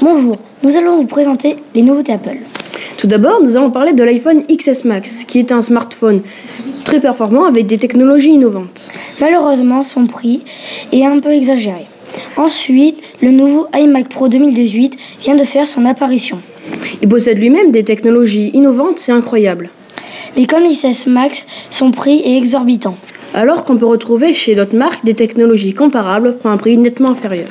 Bonjour, nous allons vous présenter les nouveautés Apple. Tout d'abord, nous allons parler de l'iPhone XS Max, qui est un smartphone très performant avec des technologies innovantes. Malheureusement, son prix est un peu exagéré. Ensuite, le nouveau iMac Pro 2018 vient de faire son apparition. Il possède lui-même des technologies innovantes et incroyables, Mais comme l'XS Max, son prix est exorbitant. alors qu'on peut retrouver chez d'autres marques des technologies comparables pour un prix nettement inférieur.